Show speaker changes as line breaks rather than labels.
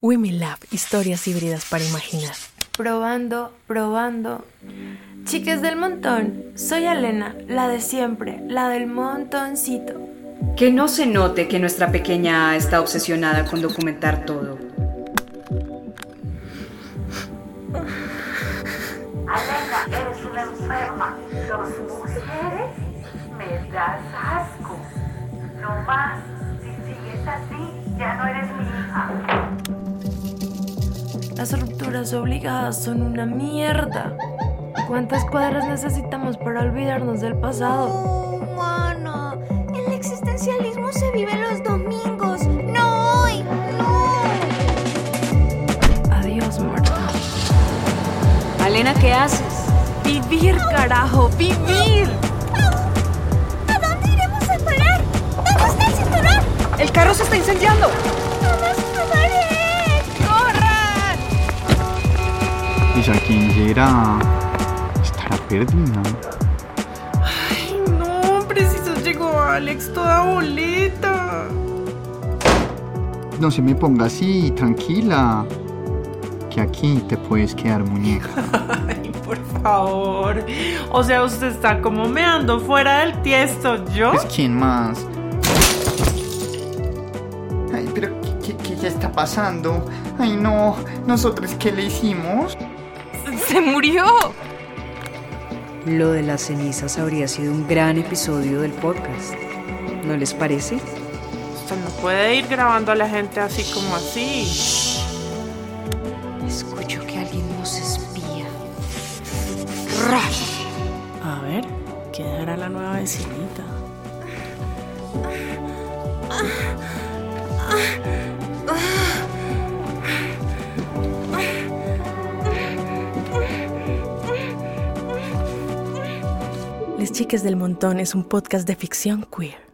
Women Lab, historias híbridas para imaginar.
Probando, probando. Chicas del montón, soy Elena, la de siempre, la del montoncito.
Que no se note que nuestra pequeña A está obsesionada con documentar todo.
Alena, eres una enferma. Dos mujeres, me das asco. No más, si sigues así, ya no eres mi hija.
Las rupturas obligadas son una mierda. ¿Cuántas cuadras necesitamos para olvidarnos del pasado?
Humano, el existencialismo se vive los domingos, no hoy, no.
Adiós, Marta.
Alena, ¿qué haces?
Vivir, carajo, vivir.
¿A dónde iremos a parar? ¿Dónde está el cinturón?
¡El carro se está incendiando!
¡Vamos a parar! ¡Corran!
Y Shakira estará perdida.
No, preciso llegó Alex toda boleta.
No se me ponga así, tranquila. Que aquí te puedes quedar muñeca.
Ay, por favor. O sea, usted está como meando fuera del tiesto, ¿yo?
Pues quién más. Ay, pero ¿qué, qué, qué ya está pasando? Ay no, nosotros qué le hicimos?
¡Se murió!
Lo de las cenizas habría sido un gran episodio del podcast. ¿No les parece?
Usted no puede ir grabando a la gente así como así.
Escucho que alguien nos espía.
A ver, ¿qué hará la nueva vecinita?
Les Chicas del Montón es un podcast de ficción queer.